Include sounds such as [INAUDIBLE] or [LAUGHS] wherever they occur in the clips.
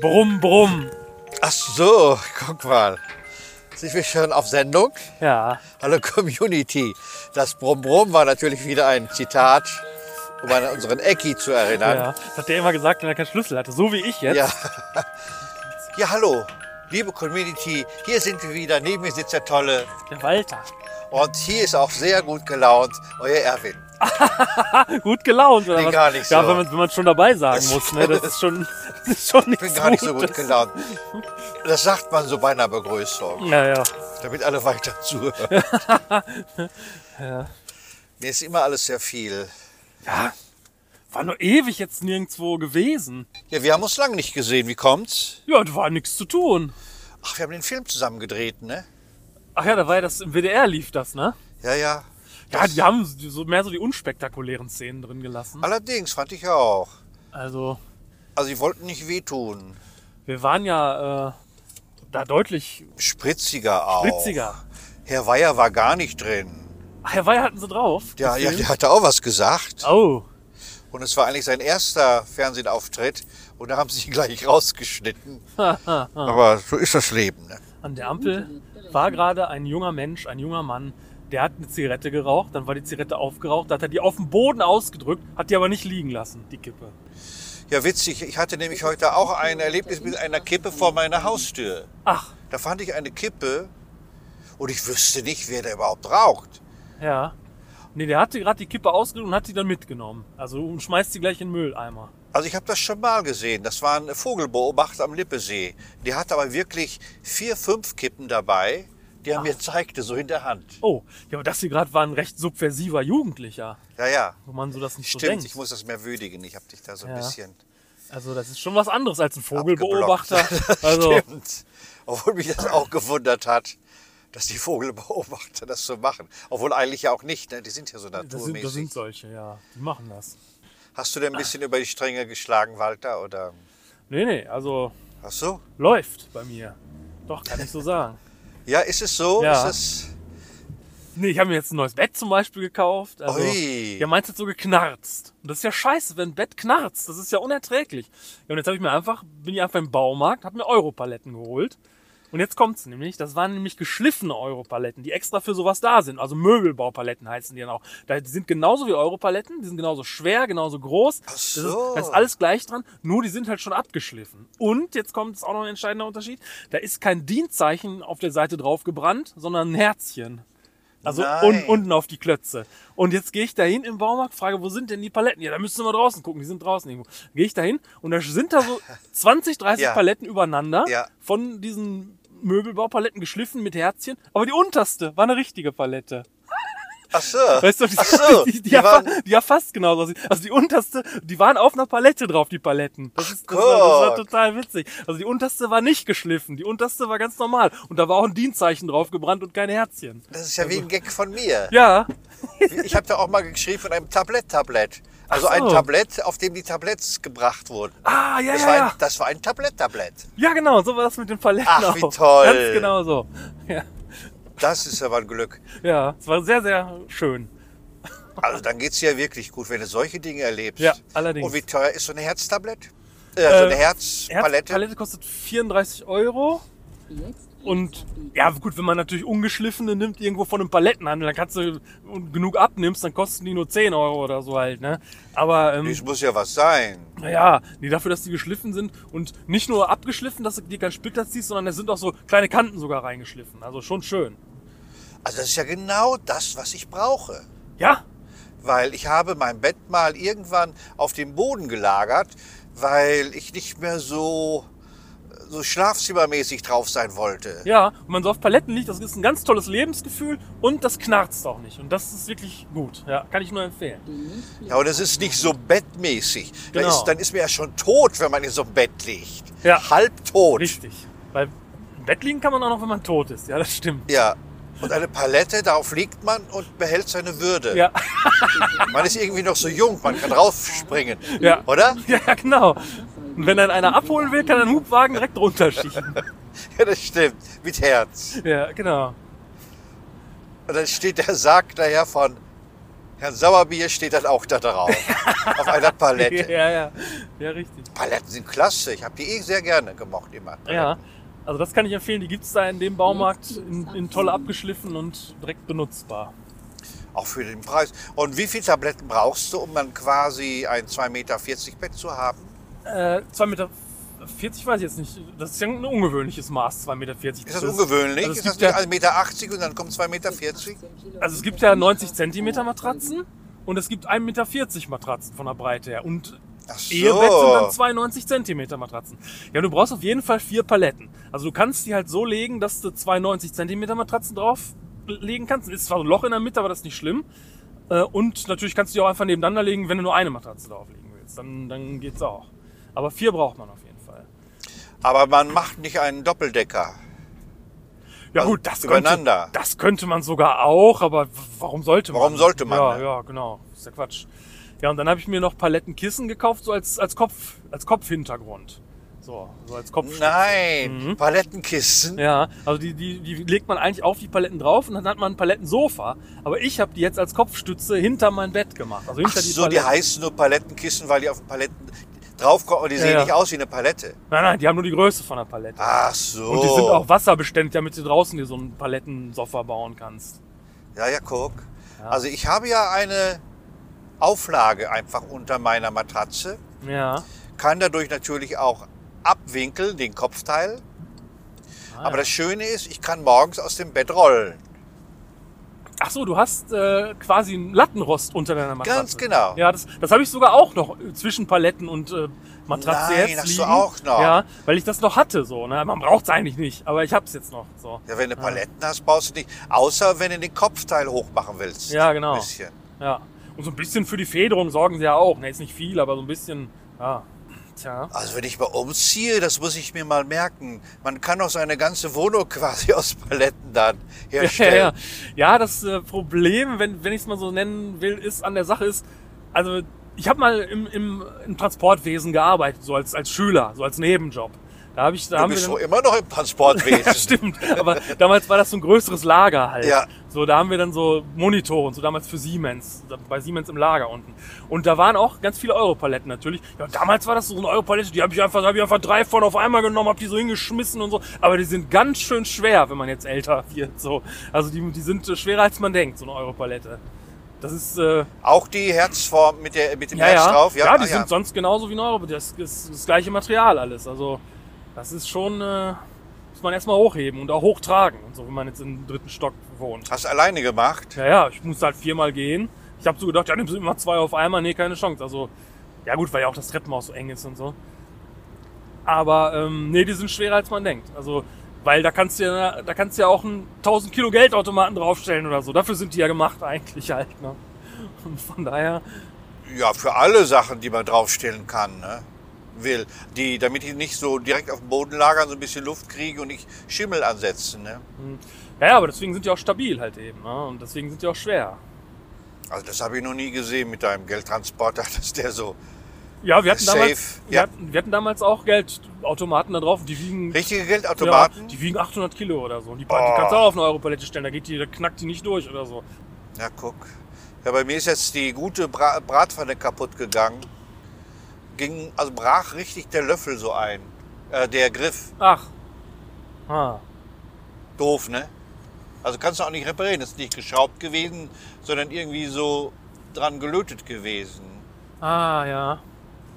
Brumm, brumm. Ach so, guck mal. Sind wir schon auf Sendung? Ja. Hallo Community. Das Brumm Brumm war natürlich wieder ein Zitat, um an unseren Ecki zu erinnern. ja. Das hat der immer gesagt, wenn er keinen Schlüssel hatte. So wie ich jetzt. Ähm. Ja. ja, hallo, liebe Community. Hier sind wir wieder. Neben mir sitzt der Tolle. Der Walter. Und hier ist auch sehr gut gelaunt euer Erwin. Gut gelaunt, oder Nee, was? gar nicht Ja, so. wenn man wenn man's schon dabei sagen muss. Ne? Das ist [LAUGHS] schon, das ist schon Ich bin nichts gar nicht so gut Gutes. gelaunt. Das sagt man so bei einer Begrüßung, Ja, ja. damit alle weiter zuhören. [LAUGHS] ja. Mir ist immer alles sehr viel. War nur ewig jetzt nirgendwo gewesen. Ja, wir haben uns lange nicht gesehen. Wie kommt's? Ja, da war nichts zu tun. Ach, wir haben den Film zusammen gedreht, ne? Ach ja, da war ja das, im WDR lief das, ne? Ja, ja. Ja, die haben so mehr so die unspektakulären Szenen drin gelassen. Allerdings fand ich auch. Also, Also, die wollten nicht wehtun. wir waren ja äh, da deutlich Spritziger auch. ritziger. Herr Weyer war gar nicht drin. Ach, Herr Weyer hatten sie drauf. Oh. Ja, ja, Deswegen- der hatte auch was gesagt. Oh, [LAUGHS] Und es war eigentlich sein erster Fernsehauftritt. Und da haben sie ihn gleich rausgeschnitten. Aber so ist das Leben, ne? an der Ampel war gerade ein junger Mensch, ein junger Mann, der hat eine Zigarette geraucht, dann war die Zigarette aufgeraucht, da hat er die auf den Boden ausgedrückt, hat die aber nicht liegen lassen, die Kippe. Ja, witzig. Ich hatte nämlich heute auch ein Erlebnis mit einer Kippe vor meiner Haustür. Ach, Da fand ich eine Kippe und ich wüsste nicht, wer da überhaupt raucht. ja. Nee, der hatte gerade die Kippe ausgedrückt und hat die dann mitgenommen. Also und schmeißt die gleich in den Mülleimer. Also ich habe das schon mal gesehen. Das war ein Vogelbeobachter am Lippesee. Der hatte aber wirklich vier, fünf Kippen dabei, die er mir zeigte, so in der Hand. Oh, ja, aber das hier gerade war ein recht subversiver Jugendlicher, Ja, ja. wo man so das nicht so Stimmt, denkt. ich muss das mehr würdigen. Ich habe dich da so ein Ja. bisschen Also das ist schon was anderes als ein abgeblockt. [LAUGHS] Vogelbeobachter. Also Stimmt. Obwohl mich das auch gewundert hat, dass die Vogelbeobachter das so machen. Obwohl eigentlich ja auch nicht, ne? die sind ja so das sind, das naturmäßig. sind Ah. solche, ja. Die machen das. Hast du denn ein bisschen über die Stränge geschlagen, Walter? Oder? Nee, nee, also Ach so? läuft bei mir. Doch, kann ich so sagen. Ja, ist es so? Ja. Ist Nee, ich habe mir jetzt ein neues Bett zum Beispiel gekauft. Also, Ui. Ja, meins hat so geknarzt. Und das ist ja scheiße, wenn ein Bett knarzt. Das ist ja unerträglich. Ja, und jetzt habe ich mir einfach, bin ich einfach im Baumarkt, habe mir Europaletten geholt. Und jetzt kommt's nämlich, das waren nämlich geschliffene Europaletten, die extra für sowas da sind. Also Möbelbaupaletten heißen die dann auch. Da- Die sind genauso wie Europaletten, die sind genauso schwer, genauso groß. Ach Das so. ist, da ist alles gleich dran, nur die sind halt schon abgeschliffen. Und jetzt kommt es auch noch ein entscheidender Unterschied. Da ist kein Dienstzeichen auf der Seite drauf gebrannt, sondern ein Herzchen. Also Nein. un unten auf die Klötze. Und jetzt gehe ich dahin im Baumarkt, frage, wo sind denn die Paletten? Ja, da müssen wir mal draußen gucken, die sind draußen irgendwo. Gehe ich dahin und da sind da [LAUGHS] so 20, 30 Ja. Paletten übereinander Ja. von diesen Möbelbaupaletten geschliffen mit Herzchen. Aber die unterste war eine richtige Palette. es? Ach so. Weißt du, die, Ach [LAUGHS] so. die, die, die ja, fa- waren, die ja fast genauso aussieht. Also die unterste, die waren auf einer Palette drauf, die Paletten. Das, ist, das, war, das war guck. total witzig. Also die unterste war nicht geschliffen, die unterste war ganz normal. Und da war auch ein Dienstzeichen drauf gebrannt und kein Herzchen. das ist ja wie ein Gag von mir. Ja, Ich habe da auch mal geschrieben von einem Tablett-Tablett. Also Ach so. ein Tablett, auf dem die Tabletts gebracht wurden. Ah, ja, Das ja, war ja. ein, das war ein Tablett-Tablett. Ja, genau, so war das mit den Paletten Ach, auch. wie toll. Ganz genau so. [LAUGHS] Ja, Das ist aber ein Glück. ja, es war sehr, sehr schön. Also dann geht's dir ja wirklich gut, wenn du solche Dinge erlebst. Ja, allerdings. Und wie teuer ist so eine Herztablett? Äh, so eine Äh, Herzpalette? Palette kostet 34 Euro. Und ja, gut, wenn man natürlich ungeschliffene nimmt, irgendwo von einem Palettenhandel, dann kannst du und genug abnimmst, dann kosten die nur 10 Euro oder so halt, ne? Aber ähm, Das muss ja was sein. naja, nee, dafür, dass die geschliffen sind und nicht nur abgeschliffen, dass du dir keinen Splitter ziehst, sondern da sind auch so kleine Kanten sogar reingeschliffen. Also schon schön. Also das ist ja genau das, was ich brauche. Ja, Weil ich habe mein Bett mal irgendwann auf den Boden gelagert, weil ich nicht mehr so, so schlafzimmermäßig drauf sein wollte. Ja, und wenn man so auf Paletten liegt, das ist ein ganz tolles Lebensgefühl und das knarzt auch nicht. Und das ist wirklich gut. Ja, kann ich nur empfehlen. Ja, und es ist nicht so bettmäßig. Genau. Dann, ist, dann ist mir ja schon tot, wenn man in so einem Bett liegt. Ja. Halbtot. Richtig. Weil im Bett liegen kann man auch noch, wenn man tot ist. Ja, das stimmt. Ja. Und eine Palette, darauf liegt man und behält seine Würde. Ja, [LAUGHS] Man ist irgendwie noch so jung, man kann raufspringen. Ja. Oder? ja genau. Und wenn dann einer abholen will, kann ein Hubwagen direkt runterschieben. [LAUGHS] Ja, das stimmt. Mit Herz. Ja, genau. Und dann steht der Sarg daher von Herrn Sauerbier steht dann auch [LAUGHS] da drauf. auf einer Palette. Ja, ja. Ja, richtig. Paletten sind klasse. Ich habe die eh sehr gerne gemocht immer. Ja. Also das kann ich empfehlen, die gibt's da in dem Baumarkt in, in toll abgeschliffen und direkt benutzbar. Auch für den Preis. Und wie viele Tabletten brauchst du, um dann quasi ein 2,40 Meter Bett zu haben? Äh, 2,40 Meter weiß ich jetzt nicht. Das ist ja ein ungewöhnliches Maß, 2,40 Meter. Ist das ungewöhnlich? Also es, ist das gibt nicht ja, 1,80 Meter und dann kommt 2,40 Meter? also es gibt ja 90 Zentimeter Matratzen und es gibt 1,40 Meter Matratzen von der Breite her. Und Ach Ehebett sind dann so. 92 Zentimeter Matratzen. Ja, du brauchst auf jeden Fall vier Paletten. Also du kannst die halt so legen, dass du 92 Zentimeter Matratzen drauf legen kannst. Ist zwar ein Loch in der Mitte, aber das ist nicht schlimm. Äh, Und natürlich kannst du die auch einfach nebeneinander legen, wenn du nur eine Matratze drauflegen willst. Dann, dann geht's auch. Aber vier braucht man auf jeden Fall. Aber man macht nicht einen Doppeldecker. Ja Also gut, das übereinander. Könnte, das könnte man sogar auch, aber w- warum sollte man? Warum sollte man, Ja, ne? ja, genau. Ist ja Quatsch. Ja, und dann habe ich mir noch Palettenkissen gekauft, so als, als Kopf, als Kopfhintergrund. So, so als Kopf. Nein, Palettenkissen. Mhm. Ja, also die, die, die legt man eigentlich auf die Paletten drauf und dann hat man ein Palettensofa. Aber ich habe die jetzt als Kopfstütze hinter mein Bett gemacht. Also Ach hinter die so, die Paletten. heißen nur Palettenkissen, weil die auf den Paletten draufkommen und die sehen ja. nicht aus wie eine Palette. Nein, nein, die haben nur die Größe von der Palette. Ach so. Und die sind auch wasserbeständig, damit du draußen dir so einen Palettensofa bauen kannst. Ja, ja, guck. Also ich habe ja eine Auflage einfach unter meiner Matratze, Ja. kann dadurch natürlich auch abwinkeln, den Kopfteil. Ah, Aber das Schöne ist, ich kann morgens aus dem Bett rollen. Ach so, du hast äh, quasi einen Lattenrost unter deiner Matratze. Ganz genau. Ja, das, das habe ich sogar auch noch äh, zwischen Paletten und äh, Matratze Nein, jetzt hast du liegen. auch noch. Ja, weil ich das noch hatte so. Ne? Man braucht es eigentlich nicht, aber ich habe es jetzt noch. So. Ja, wenn du Paletten hast, brauchst du nicht. Außer wenn du den Kopfteil hochmachen willst. Ja, genau. Ein bisschen. Ja. Und so ein bisschen für die Federung sorgen sie ja auch. Ne, ist nicht viel, aber so ein bisschen. Ja. Tja. Also wenn ich mal umziehe, das muss ich mir mal merken. Man kann auch seine ganze Wohnung [LAUGHS] quasi aus Paletten dann Ja, [LAUGHS] herstellen. ja. ja das äh, Problem, wenn, wenn ich es mal so nennen will, ist an der Sache ist, also ich habe mal im, im, im Transportwesen gearbeitet, so als, als Schüler, so als Nebenjob. Da habe ich, da Du haben wir bist dann- doch immer noch im Transportwesen. [LAUGHS] Ja, stimmt. Aber damals war das so ein größeres Lager halt. Ja. So, da haben wir dann so Monitore und so damals für Siemens, da- bei Siemens im Lager unten. Und da waren auch ganz viele Europaletten natürlich. Ja, damals war das so eine Europalette, die habe ich einfach, da habe ich einfach drei von auf einmal genommen, habe die so hingeschmissen und so. Aber die sind ganz schön schwer, wenn man jetzt älter [LAUGHS] wird. So, also die, die sind äh, schwerer als man denkt, so eine Europalette. Das ist äh, Auch die Herzform mit, der, mit dem ja, Herz ja. drauf. ja, die ah, sind sonst genauso wie eine Euro. Das ist das gleiche Material alles. Also das ist schon, äh, muss man erstmal hochheben und auch hochtragen und so, wenn man jetzt im dritten Stock wohnt. Hast du alleine gemacht? Ja, ja, ich musste halt viermal gehen. Ich habe so gedacht, ja, nimmst du immer zwei auf einmal. Nee, keine Chance. Also, ja gut, weil ja auch das Treppenhaus so eng ist und so. Aber ähm, nee, die sind schwerer als man denkt. Also, weil da kannst du ja, da kannst du ja auch einen 1000 Kilo Geldautomaten draufstellen oder so. Dafür sind die ja gemacht eigentlich halt. Ne? [LAUGHS] Und von daher, Ja, für alle Sachen, die man draufstellen kann, ne? will. Die, damit die nicht so direkt auf dem Boden lagern, so ein bisschen Luft kriegen und nicht Schimmel ansetzen. Ne? Ja, ja, aber deswegen sind die auch stabil halt eben. Ne? Und deswegen sind die auch schwer. Also das habe ich noch nie gesehen mit deinem Geldtransporter, [LAUGHS] dass der so Ja, wir hatten, Safe, damals, wir ja. hatten, wir hatten damals auch Geldautomaten da drauf. Die wiegen, richtige ja, Geldautomaten. die wiegen 800 Kilo oder so. Und die, Oh. die kannst du auch auf eine Europalette stellen. Da, geht die, da knackt die nicht durch oder so. Na guck. Ja, bei mir ist jetzt die gute Bra Bratpfanne kaputt gegangen. Ging, also brach richtig der Löffel so ein. Äh, der Griff. Ach. Ah. Doof, ne? Also kannst du auch nicht reparieren. Ist nicht geschraubt gewesen, sondern irgendwie so dran gelötet gewesen. Ah, ja.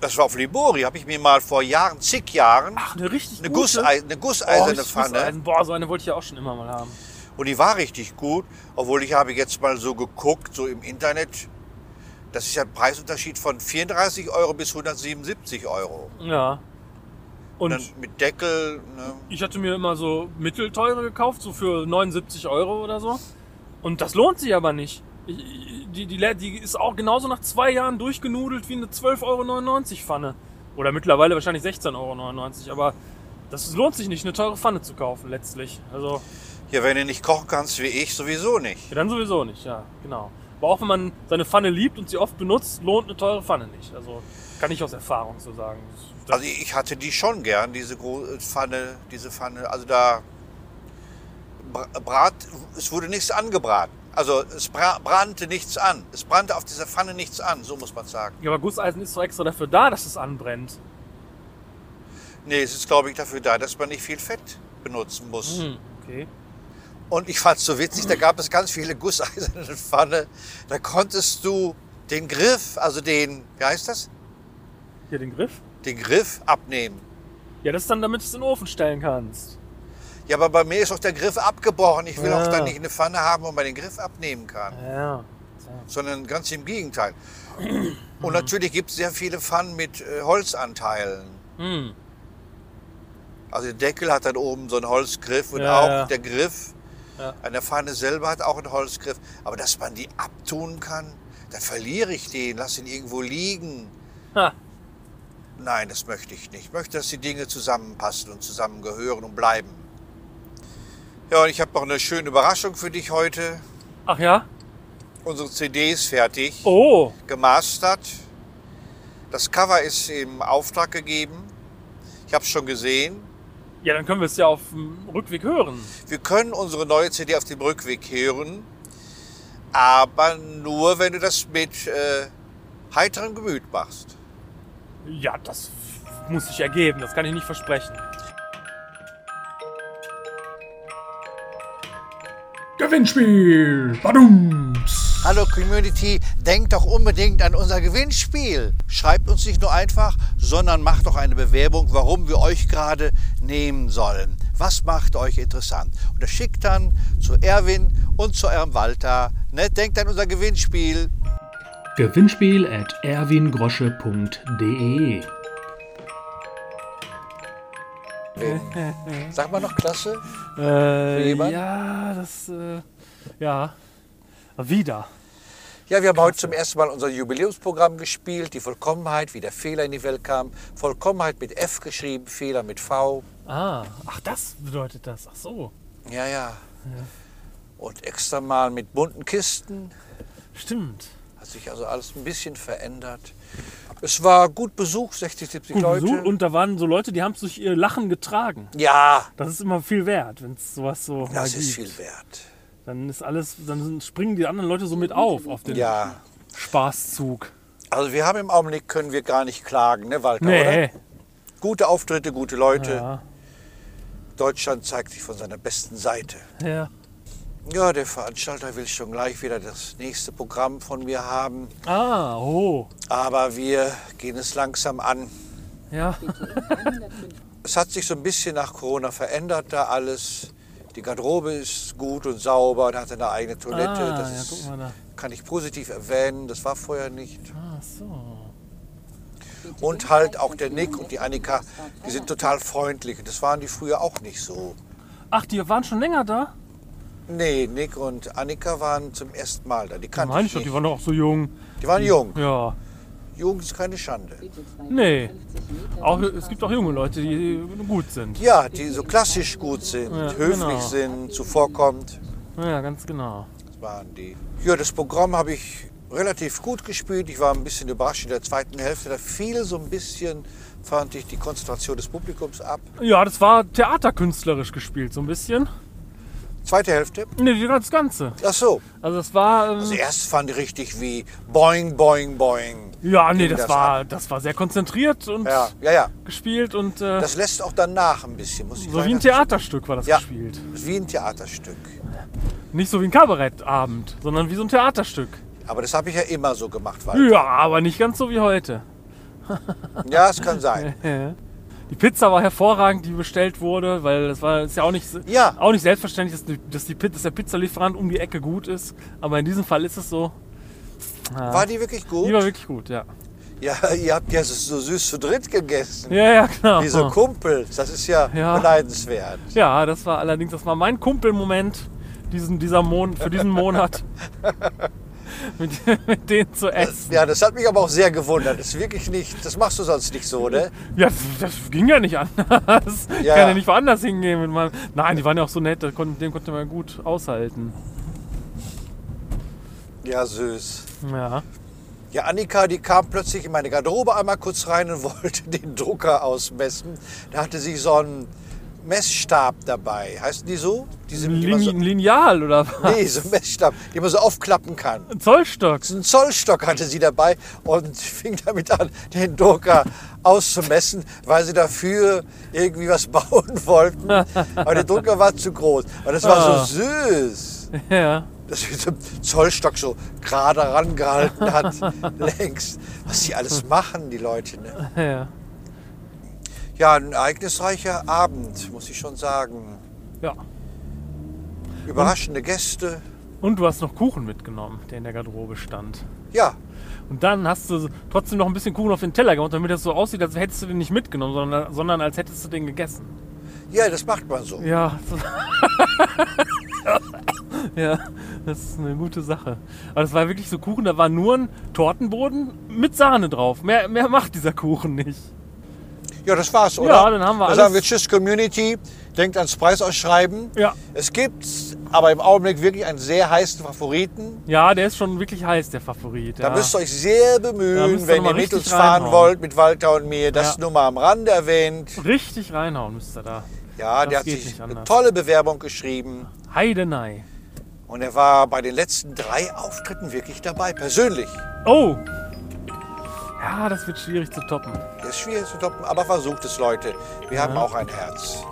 Das war auf Libori, habe ich mir mal vor Jahren, zig Jahren, Ach, eine richtig eine, gute. Gussei eine oh, gusseiserne eine Pfanne. Pfanne. Boah, so eine wollte ich ja auch schon immer mal haben. Und die war richtig gut, obwohl ich habe jetzt mal so geguckt, so im Internet. Das ist ja ein Preisunterschied von 34 Euro bis 177 Euro. Ja. Und Dann mit Deckel, ne? ich hatte mir immer so mittelteure gekauft, so für 79 Euro oder so. Und das lohnt sich aber nicht. Ich- ich- Die, die, Lä- die ist auch genauso nach zwei Jahren durchgenudelt wie eine 12,99 Euro Pfanne. Oder mittlerweile wahrscheinlich 16,99 Euro. Aber das lohnt sich nicht, eine teure Pfanne zu kaufen letztlich. Also Ja, wenn du nicht kochen kannst wie ich, sowieso nicht. ja, dann sowieso nicht, ja, genau. Aber auch wenn man seine Pfanne liebt und sie oft benutzt, lohnt eine teure Pfanne nicht. Also kann ich aus Erfahrung so sagen. Das- Also ich hatte die schon gern, diese große Pfanne, diese Pfanne. Also da Bra- Brat, es wurde nichts angebraten. Also es bra- brannte nichts an. Es brannte auf dieser Pfanne nichts an, so muss man sagen. Ja, aber Gusseisen ist doch extra dafür da, dass es anbrennt. Nee, es ist, glaube ich, dafür da, dass man nicht viel Fett benutzen muss. Hm, okay. Und ich fand's so witzig, da gab es ganz viele Gusseisen in der Pfanne. Da konntest du den Griff, also den, wie heißt das? Hier den Griff. Den Griff abnehmen. Ja, das ist dann, damit du es in den Ofen stellen kannst. Ja, aber bei mir ist auch der Griff abgebrochen. Ich will Ah. auch dann nicht eine Pfanne haben, wo man den Griff abnehmen kann. Ja. Sondern ganz im Gegenteil. Und natürlich gibt es sehr viele Pfannen mit äh, Holzanteilen. Hm. Also der Deckel hat dann oben so einen Holzgriff und Ja, auch ja. der Griff Ja. an der Pfanne selber hat auch einen Holzgriff. Aber dass man die abtun kann, dann verliere ich den, lass ihn irgendwo liegen. Ha. Nein, das möchte ich nicht. Ich möchte, dass die Dinge zusammenpassen und zusammengehören und bleiben. Ja, und ich habe noch eine schöne Überraschung für dich heute. Ach ja? Unsere CD ist fertig, Oh. gemastert. Das Cover ist im Auftrag gegeben. Ich habe es schon gesehen. Ja, dann können wir es ja auf dem Rückweg hören. Wir können unsere neue CD auf dem Rückweg hören, aber nur, wenn du das mit äh, heiterem Gemüt machst. Ja, das muss sich ergeben. Das kann ich nicht versprechen. Gewinnspiel! Badums! Hallo Community, denkt doch unbedingt an unser Gewinnspiel. Schreibt uns nicht nur einfach, sondern macht doch eine Bewerbung, warum wir euch gerade nehmen sollen. Was macht euch interessant? Und das schickt dann zu Erwin und zu eurem Walter. Ne? Denkt an unser Gewinnspiel. Gewinnspiel at erwingrosche.de Sag mal noch Klasse. Äh, jemand? ja, das, äh, ja. Wieder. Ja, wir haben heute zum ersten Mal unser Jubiläumsprogramm gespielt, die Vollkommenheit, wie der Fehler in die Welt kam. Vollkommenheit mit F geschrieben, Fehler mit V. Ah, ach, das bedeutet das. Ach so. Ja, ja. Und extra mal mit bunten Kisten. Stimmt. Hat sich also alles ein bisschen verändert. Es war gut Besuch, 60, 70 Gut Leute. besucht. Und da waren so Leute, die haben es durch ihr Lachen getragen. ja, Das ist immer viel wert, wenn es sowas so mal das ist gibt. viel wert. Dann ist alles, dann sind- springen die anderen Leute so mit auf auf den Ja, Spaßzug. also wir haben im Augenblick, können wir gar nicht klagen, ne Walter, Nee. oder? Gute Auftritte, gute Leute. Ja. Deutschland zeigt sich von seiner besten Seite. ja. Ja, der Veranstalter will schon gleich wieder das nächste Programm von mir haben, Ah, oh. aber wir gehen es langsam an. Ja. Es hat sich so ein bisschen nach Corona verändert da alles. Die Garderobe ist gut und sauber und hat eine eigene Toilette. Ah, das ja, ist- guck mal da. kann ich positiv erwähnen, das war vorher nicht. Ach Ah, so. Und halt auch der Nick und die Annika, die sind total freundlich. Das waren die früher auch nicht so. Ach, die waren schon länger da? Nee, Nick und Annika waren zum ersten Mal da. Die kannte Meine ich ich doch, die nicht. waren doch auch so jung. Die waren jung. Ja. Jugend ist keine Schande. Nee. Auch, es gibt auch junge Leute, die gut sind. Ja, die so klassisch gut sind, Ja, höflich genau. sind, zuvorkommt. Ja, ganz genau. Das waren die. Ja, das Programm habe ich relativ gut gespielt. Ich war ein bisschen überrascht in der zweiten Hälfte. Da fiel so ein bisschen, fand ich, die Konzentration des Publikums ab. Ja, das war theaterkünstlerisch gespielt, so ein bisschen. Zweite Hälfte? Nee, das Ganze. Ach so. Also das war. Ähm, Also erst fand ich richtig wie boing, boing, boing. ja, nee, ging das das war, das war sehr konzentriert und Ja, ja, ja. gespielt und äh, Das lässt auch danach ein bisschen, muss ich so wie ein leider- Theaterstück war das Ja. gespielt. Wie ein Theaterstück. Nicht so wie ein Kabarettabend, sondern wie so ein Theaterstück. Aber das habe ich ja immer so gemacht, weil. Ja, aber nicht ganz so wie heute. Ja, es kann sein. Die Pizza war hervorragend, die bestellt wurde, weil es war ist ja auch nicht, Ja. auch nicht selbstverständlich, dass, die, dass, die, Pi- dass der Pizzalieferant um die Ecke gut ist. Aber in diesem Fall ist es so. War die wirklich Die war gut? wirklich gut, ja. Ja, ihr habt ja so süß zu dritt gegessen. Ja, ja, genau. Diese Kumpels, das ist ja, Ja. beneidenswert. Ja, das war allerdings, das war mein Kumpelmoment diesen, dieser Mon für diesen [LAUGHS] Monat. mit, mit denen zu essen. Ja, das hat mich aber auch sehr gewundert. Das ist wirklich nicht, das machst du sonst nicht so, ne? Ja, das, das ging ja nicht anders. Ich Ja, kann ja ja. nicht woanders hingehen mit meinem. Nein, die waren ja auch so nett, da konnten, dem konnte man gut aushalten. Ja, süß. Ja. Ja, Annika, die kam plötzlich in [LAUGHS] meine Garderobe einmal kurz rein und wollte den Drucker ausmessen. Da hatte sie so einen Messstab dabei. Heißen die so? Diese, die Lin man so Lineal oder was? nee, so ein Messstab, den man so aufklappen kann. Ein Zollstock. Einen Zollstock hatte sie dabei und [LAUGHS] fing damit an, den Doka auszumessen, weil sie dafür irgendwie was [LAUGHS] bauen wollten. Aber der Drucker war zu groß. Aber das war so süß, [LAUGHS] Ja. dass sie so einen Zollstock so gerade [LAUGHS] rangehalten hat, längst. Was sie alles machen, die Leute. Ne? Ja. Ja, ein ereignisreicher Abend, muss ich schon sagen. ja. Überraschende Gäste. Und du hast noch Kuchen mitgenommen, der in der Garderobe stand. Ja, Und dann hast du trotzdem noch ein bisschen Kuchen auf den Teller gemacht, damit das so aussieht, als hättest du den nicht mitgenommen, sondern, sondern als hättest du den gegessen. ja, das macht man so. Ja. [LAUGHS] ja, das ist eine gute Sache. Aber das war wirklich so Kuchen, da war nur ein Tortenboden mit Sahne drauf. Mehr, mehr macht dieser Kuchen nicht. Ja, das war's, oder? Ja, dann haben wir alles. sagen wir Tschüss Community, denkt ans Preisausschreiben. Ja. Es gibt aber im Augenblick wirklich einen sehr heißen Favoriten. Ja, der ist schon wirklich heiß, der Favorit. Da ja. müsst ihr euch sehr Da bemühen, müsst ihr noch wenn ihr mal mit richtig uns fahren reinhauen. wollt, mit Walter und mir. Das Ja. nur mal am Rande erwähnt. Richtig reinhauen müsst ihr da. Ja, Das der hat geht sich nicht eine anders. tolle Bewerbung geschrieben. Heidenei. Und er war bei den letzten drei Auftritten wirklich dabei, persönlich. Oh! Ja, das wird schwierig zu toppen. Das ist schwierig zu toppen, aber versucht es, Leute. Wir haben auch ein Herz.